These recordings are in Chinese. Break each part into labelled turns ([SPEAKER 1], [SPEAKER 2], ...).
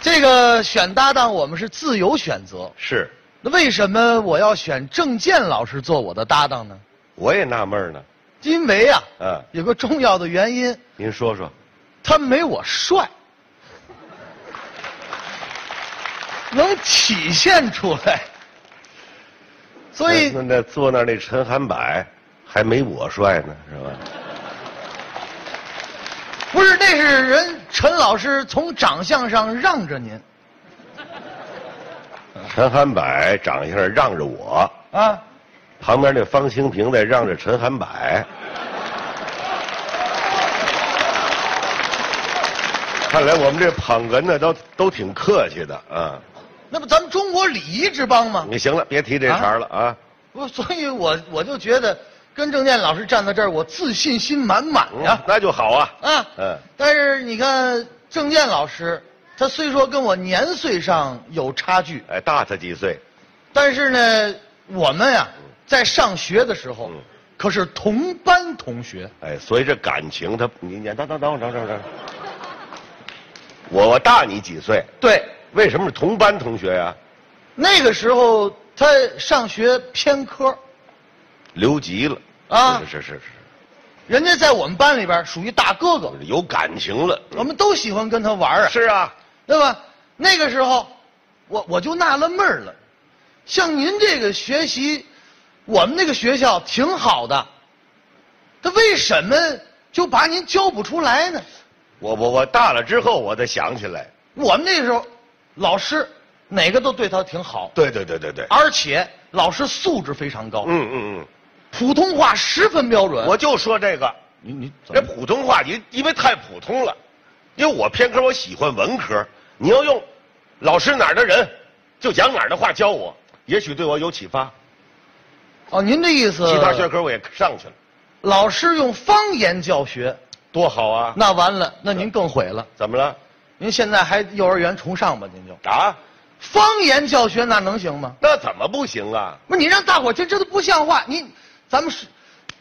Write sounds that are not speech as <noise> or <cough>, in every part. [SPEAKER 1] 这个选搭档我们是自由选择，
[SPEAKER 2] 是，
[SPEAKER 1] 那为什么我要选郑健老师做我的搭档呢？
[SPEAKER 2] 我也纳闷儿呢。
[SPEAKER 1] 因为啊，
[SPEAKER 2] 嗯，
[SPEAKER 1] 有个重要的原因，
[SPEAKER 2] 您说说，
[SPEAKER 1] 他没我帅，能体现出来。所以
[SPEAKER 2] 那那那坐那儿那陈涵柏还没我帅呢，是吧？
[SPEAKER 1] 不是，那是人陈老师从长相上让着您
[SPEAKER 2] 陈涵柏长相让着我，
[SPEAKER 1] 啊，
[SPEAKER 2] 旁边那方清平在让着陈涵柏，看来我们这捧哏呢都都挺客气的啊。
[SPEAKER 1] 那不咱们中国礼仪之邦吗？
[SPEAKER 2] 你行了，别提这茬了啊。
[SPEAKER 1] 我所以我，我就觉得跟郑健老师站在这儿，我自信心满满
[SPEAKER 2] 嗯
[SPEAKER 1] 呀、
[SPEAKER 2] 那就好啊。
[SPEAKER 1] 啊。
[SPEAKER 2] 嗯，
[SPEAKER 1] 但是你看郑健老师，他虽说跟我年岁上有差距，
[SPEAKER 2] 哎，大他几岁，
[SPEAKER 1] 但是呢，我们呀、在上学的时候
[SPEAKER 2] 嗯，
[SPEAKER 1] 可是同班同学。
[SPEAKER 2] 哎，所以这感情他，你你等等等会儿等会儿等会儿，我我大你几岁？
[SPEAKER 1] 对，
[SPEAKER 2] 为什么是同班同学呀、
[SPEAKER 1] 那个时候他上学偏科，
[SPEAKER 2] 留级了
[SPEAKER 1] 啊
[SPEAKER 2] 是是是是
[SPEAKER 1] 人家在我们班里边属于大哥哥，
[SPEAKER 2] 是，有感情了。
[SPEAKER 1] 我们都喜欢跟他玩啊。
[SPEAKER 2] 是啊，
[SPEAKER 1] 对吧？那个时候，我我就纳了闷儿了，像您这个学习，我们那个学校挺好的，他为什么就把您教不出来呢？
[SPEAKER 2] 我我我大了之后，我才想起来。
[SPEAKER 1] 我们那时候，老师哪个都对他挺好，
[SPEAKER 2] 对对对对对，
[SPEAKER 1] 而且老师素质非常高，
[SPEAKER 2] 嗯嗯
[SPEAKER 1] 普通话十分标准。哎
[SPEAKER 2] 嗯，我就说这个，
[SPEAKER 1] 你你怎
[SPEAKER 2] 这
[SPEAKER 1] 么
[SPEAKER 2] 普通话你因为太普通了，因为我偏科我喜欢文科，你要用老师哪儿的人就讲哪儿的话教我，也许对我有启发。
[SPEAKER 1] 哦，您的意思，
[SPEAKER 2] 其他学科我也上去了，
[SPEAKER 1] 老师用方言教学，
[SPEAKER 2] 多好啊！
[SPEAKER 1] 那完了，那您更毁了。
[SPEAKER 2] 怎么了？
[SPEAKER 1] 您现在还幼儿园崇尚吧？您就。
[SPEAKER 2] 啊？
[SPEAKER 1] 方言教学那能行吗？
[SPEAKER 2] 那怎么不行啊？
[SPEAKER 1] 不是你让大伙儿听，这都不像话。你，咱们是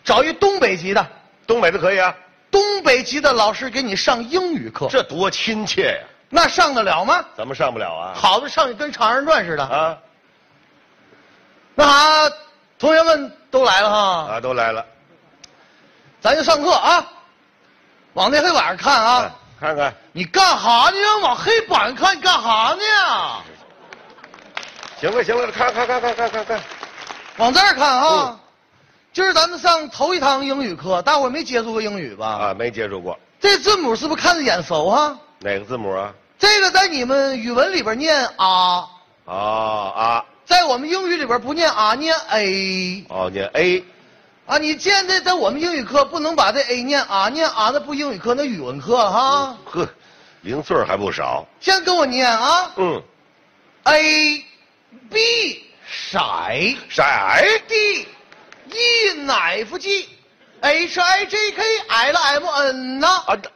[SPEAKER 1] 找一东北籍的，
[SPEAKER 2] 东北的可以啊，
[SPEAKER 1] 东北籍的老师给你上英语课，
[SPEAKER 2] 这多亲切呀、
[SPEAKER 1] 那上得了吗？
[SPEAKER 2] 咱们上不了啊。
[SPEAKER 1] 好的，上去跟《长人传》似的。
[SPEAKER 2] 啊
[SPEAKER 1] 那啥，同学们都来了哈，
[SPEAKER 2] 啊，都来了
[SPEAKER 1] 咱就上课啊，往那黑板上看啊。
[SPEAKER 2] 啊，看看，
[SPEAKER 1] 你干哈呢？往黑板上看，你干哈呢？
[SPEAKER 2] 行了行了，看看看看看看看，
[SPEAKER 1] 往这儿看啊
[SPEAKER 2] 嗯。
[SPEAKER 1] 今儿咱们上头一堂英语课，大伙儿没接触过英语吧？
[SPEAKER 2] 啊，没接触过
[SPEAKER 1] 这字母是不是看着眼熟啊？
[SPEAKER 2] 哪个字母啊？
[SPEAKER 1] 这个在你们语文里边念啊，
[SPEAKER 2] 啊啊
[SPEAKER 1] 在我们英语里边不念啊，念 a
[SPEAKER 2] 哦，念 A
[SPEAKER 1] 啊。你见这在我们英语课不能把这 a 念啊，念啊那不英语课那语文课哈。
[SPEAKER 2] 呵，零碎儿还不少。
[SPEAKER 1] 先跟我念啊
[SPEAKER 2] 嗯，
[SPEAKER 1] ，a b 色
[SPEAKER 2] 色哎
[SPEAKER 1] d e 奶夫鸡 h i j k l m n 呐、
[SPEAKER 2] 啊，这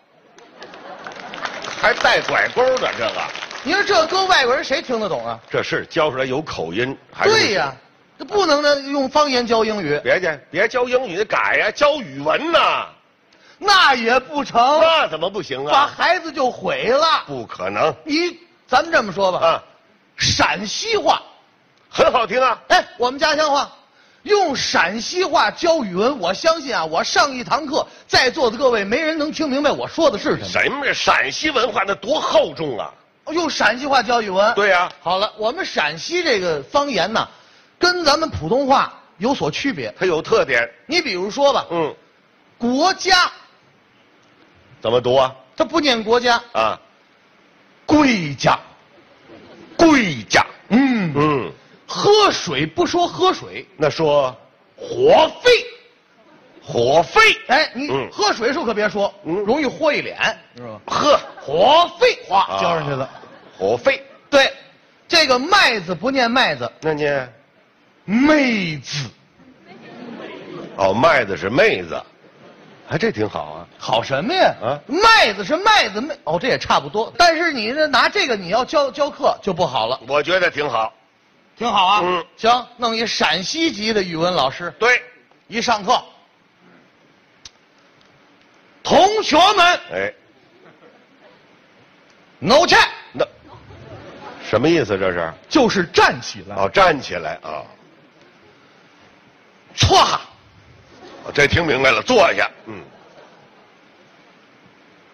[SPEAKER 2] 还带拐钩的这个，
[SPEAKER 1] 你说这搁外国人谁听得懂啊？
[SPEAKER 2] 这是教出来有口音，还是不
[SPEAKER 1] 对呀、
[SPEAKER 2] 行
[SPEAKER 1] 这不能呢用方言教英语，
[SPEAKER 2] 别去，别教英语，改呀、教语文呐、
[SPEAKER 1] 那也不成。
[SPEAKER 2] 那怎么不行
[SPEAKER 1] 把
[SPEAKER 2] 啊？
[SPEAKER 1] 孩子就毁了。
[SPEAKER 2] 不可能
[SPEAKER 1] 你，咱们这么说吧，
[SPEAKER 2] 啊，
[SPEAKER 1] 陕西话，
[SPEAKER 2] 很好听啊，
[SPEAKER 1] 哎，我们家乡话，用陕西话教语文，我相信啊，我上一堂课，在座的各位没人能听明白我说的是什么。
[SPEAKER 2] 什么陕西文化那多厚重啊！
[SPEAKER 1] 用陕西话教语文，
[SPEAKER 2] 对呀、
[SPEAKER 1] 好了，我们陕西这个方言呢，跟咱们普通话有所区别。
[SPEAKER 2] 它有特点，
[SPEAKER 1] 你比如说吧，
[SPEAKER 2] 嗯，
[SPEAKER 1] 国家，
[SPEAKER 2] 怎么读啊？
[SPEAKER 1] 他不念国家，
[SPEAKER 2] 啊，
[SPEAKER 1] 贵家，
[SPEAKER 2] 贵家，
[SPEAKER 1] 嗯，
[SPEAKER 2] 嗯，
[SPEAKER 1] 喝水不说喝水，
[SPEAKER 2] 那说
[SPEAKER 1] 活费。
[SPEAKER 2] 火费，
[SPEAKER 1] 哎，你
[SPEAKER 2] 嗯
[SPEAKER 1] 喝水时候可别说，
[SPEAKER 2] 嗯
[SPEAKER 1] 容易豁一脸，知道吗？
[SPEAKER 2] 呵，
[SPEAKER 1] 活废话
[SPEAKER 2] 啊
[SPEAKER 1] 交上去了。
[SPEAKER 2] 火费，
[SPEAKER 1] 对，这个麦子不念麦子，
[SPEAKER 2] 那你
[SPEAKER 1] 妹子，
[SPEAKER 2] 哦，麦子是妹子，哎，这挺好啊，
[SPEAKER 1] 好什么呀？
[SPEAKER 2] 啊
[SPEAKER 1] 麦子是麦子，妹哦，这也差不多。但是你这拿这个你要教教课就不好了，
[SPEAKER 2] 我觉得挺好，
[SPEAKER 1] 挺好啊。
[SPEAKER 2] 嗯
[SPEAKER 1] 行，弄一陕西籍的语文老师，
[SPEAKER 2] 对，
[SPEAKER 1] 一上课，同学们，
[SPEAKER 2] 哎，
[SPEAKER 1] 努去，
[SPEAKER 2] 那什么意思？这是？
[SPEAKER 1] 就是站起来，
[SPEAKER 2] 哦，站起来啊！
[SPEAKER 1] 歘，
[SPEAKER 2] 哦这听明白了，坐下。嗯，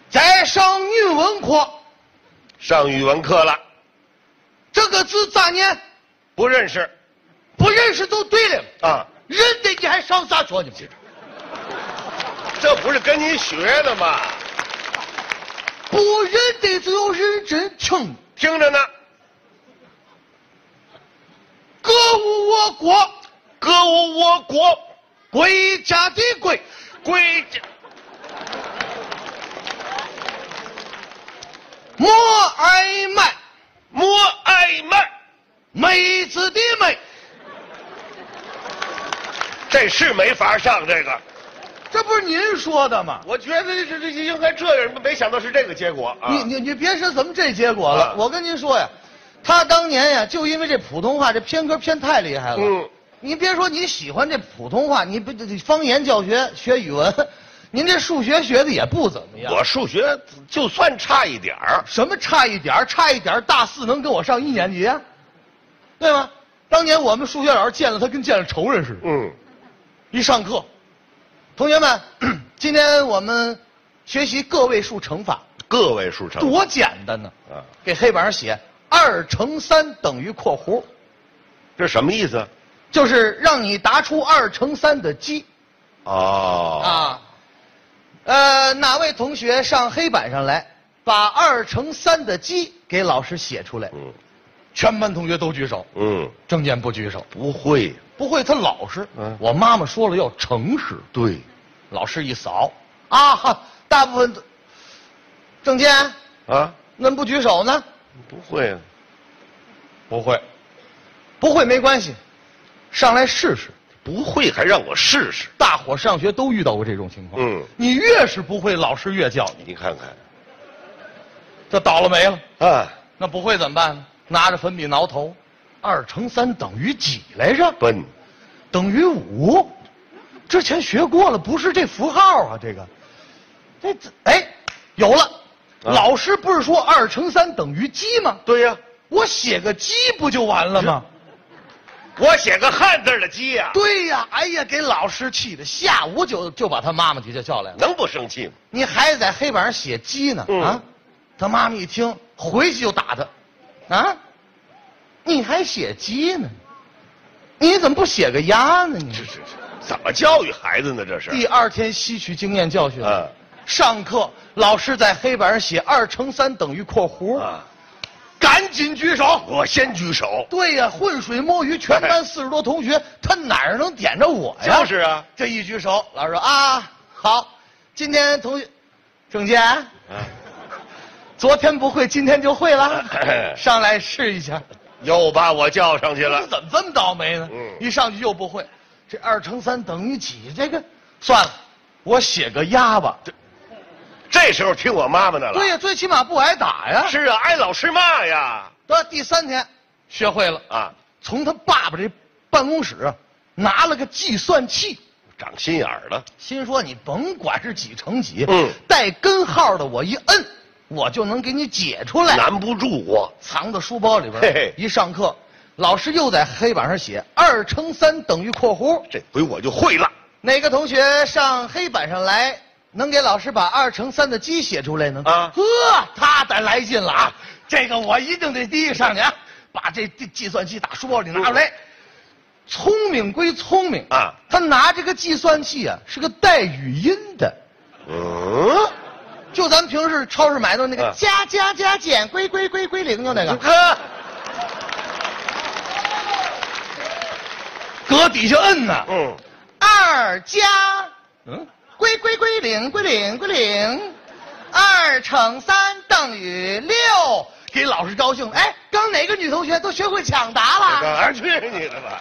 [SPEAKER 1] 在上语文课，
[SPEAKER 2] 上语文课了，
[SPEAKER 1] 这个字咋念？
[SPEAKER 2] 不认识
[SPEAKER 1] 不认识就对了，
[SPEAKER 2] 啊？
[SPEAKER 1] 认得你还上啥学呢？
[SPEAKER 2] 这不是跟你学的吗？
[SPEAKER 1] 不认得就要认真听，
[SPEAKER 2] 听着呢，
[SPEAKER 1] 歌舞我国，
[SPEAKER 2] 歌舞我国，
[SPEAKER 1] 归家的归，
[SPEAKER 2] 归家
[SPEAKER 1] 莫爱买
[SPEAKER 2] 莫爱卖，
[SPEAKER 1] 妹子的妹，
[SPEAKER 2] 这是没法上这个。
[SPEAKER 1] 这不是您说的吗？
[SPEAKER 2] 我觉得这这这应该这样，没想到是这个结果啊！
[SPEAKER 1] 你你你别说咱们这结果了，
[SPEAKER 2] 啊
[SPEAKER 1] 我跟您说呀，他当年呀，就因为这普通话这偏科偏太厉害了。
[SPEAKER 2] 嗯，
[SPEAKER 1] 您别说你喜欢这普通话，你不这这方言教学学语文，您这数学学的也不怎么样。
[SPEAKER 2] 我数学就算差一点儿，
[SPEAKER 1] 什么差一点儿差一点儿大四能跟我上一年级啊？对吗？当年我们数学老师见了他跟见了仇人似的，
[SPEAKER 2] 嗯，
[SPEAKER 1] 一上课，同学们， <clears throat> 今天我们学习个位数乘法，
[SPEAKER 2] 个位数乘
[SPEAKER 1] 多简单呢、
[SPEAKER 2] 啊，
[SPEAKER 1] 给黑板上写二乘三等于括弧，
[SPEAKER 2] 这什么意思？
[SPEAKER 1] 就是让你答出二乘三的积
[SPEAKER 2] 哦，
[SPEAKER 1] 啊。呃，哪位同学上黑板上来，把二乘三的积给老师写出来？
[SPEAKER 2] 嗯
[SPEAKER 1] 全班同学都举手，
[SPEAKER 2] 嗯，
[SPEAKER 1] 郑健不举手，
[SPEAKER 2] 不会，
[SPEAKER 1] 不会他老实。
[SPEAKER 2] 嗯
[SPEAKER 1] 我妈妈说了要诚实。
[SPEAKER 2] 对，
[SPEAKER 1] 老师一扫，啊，哈，大部分都，郑健，
[SPEAKER 2] 啊，
[SPEAKER 1] 怎么不举手呢？
[SPEAKER 2] 不会，啊
[SPEAKER 1] 不会，不会没关系，上来试试。
[SPEAKER 2] 不会，还让我试试。
[SPEAKER 1] 大伙上学都遇到过这种情况。
[SPEAKER 2] 嗯
[SPEAKER 1] 你越是不会，老师越叫你，
[SPEAKER 2] 你看看
[SPEAKER 1] 这倒了霉了。
[SPEAKER 2] 啊，
[SPEAKER 1] 那不会怎么办呢？拿着粉笔挠头，二乘三等于几来着？
[SPEAKER 2] 笨，
[SPEAKER 1] 等于五。之前学过了，不是这符号啊，这个，这这哎，有了。
[SPEAKER 2] 啊
[SPEAKER 1] 老师不是说二乘三等于几吗？
[SPEAKER 2] 对呀、
[SPEAKER 1] 我写个鸡不就完了吗？
[SPEAKER 2] 我写个汉字的鸡呀、
[SPEAKER 1] 对呀、哎呀，给老师气的，下午就就把他妈妈给就叫来了。
[SPEAKER 2] 能不生气吗？
[SPEAKER 1] 你孩子在黑板上写鸡呢、
[SPEAKER 2] 嗯
[SPEAKER 1] 啊！他妈妈一听，回去就打他，啊！你还写鸡呢？你怎么不写个鸭呢？你
[SPEAKER 2] 这这这，怎么教育孩子呢？这是，
[SPEAKER 1] 第二天吸取经验教训
[SPEAKER 2] 啊
[SPEAKER 1] 上课老师在黑板上写二乘三等于括弧，
[SPEAKER 2] 啊，
[SPEAKER 1] 赶紧举手。
[SPEAKER 2] 我先举手，
[SPEAKER 1] 对呀、浑水摸鱼，全班四十多同学，他哪儿能点着我哎呀？
[SPEAKER 2] 就是啊
[SPEAKER 1] 这一举手，老师说啊，好，今天同学，郑健，
[SPEAKER 2] 啊，，
[SPEAKER 1] 昨天不会，今天就会了上来试一下。
[SPEAKER 2] 又把我叫上去了
[SPEAKER 1] 你。怎么这么倒霉呢？
[SPEAKER 2] 嗯
[SPEAKER 1] 一上去又不会，这二乘三等于几？这个算了，我写个鸭吧。
[SPEAKER 2] 这时候听我妈妈的了。
[SPEAKER 1] 对呀，最起码不挨打呀。
[SPEAKER 2] 是啊，挨老师骂呀。
[SPEAKER 1] 到第三天学会了，
[SPEAKER 2] 啊，
[SPEAKER 1] 从他爸爸这办公室啊拿了个计算器，
[SPEAKER 2] 长心眼儿了。
[SPEAKER 1] 心说你甭管是几乘几，
[SPEAKER 2] 嗯
[SPEAKER 1] 带根号的我一摁，我就能给你解出来。
[SPEAKER 2] 难不住我。
[SPEAKER 1] 藏到书包里边儿。
[SPEAKER 2] 嘿嘿
[SPEAKER 1] 一上课，老师又在黑板上写二乘三等于括弧。
[SPEAKER 2] 这回我就会了。
[SPEAKER 1] 哪个同学上黑板上来，能给老师把二乘三的积写出来呢？
[SPEAKER 2] 啊
[SPEAKER 1] 呵，他得来劲了啊！这个我一定得第一个上去啊！把这计计算器打书包里拿出来。聪明归聪明
[SPEAKER 2] 嗯啊
[SPEAKER 1] 他拿这个计算器啊，是个带语音的。
[SPEAKER 2] 嗯，
[SPEAKER 1] 就咱们平时超市买的那个
[SPEAKER 2] 啊
[SPEAKER 1] 加加加减归归归归零，就那个，
[SPEAKER 2] 嗯呵，
[SPEAKER 1] 搁底下摁呢、
[SPEAKER 2] 嗯，
[SPEAKER 1] 二加
[SPEAKER 2] 嗯，
[SPEAKER 1] 归归归零归零归零，二乘三等于六，给老师高兴。哎，刚哪个女同学都学会抢答了？
[SPEAKER 2] 哪儿去你的吧？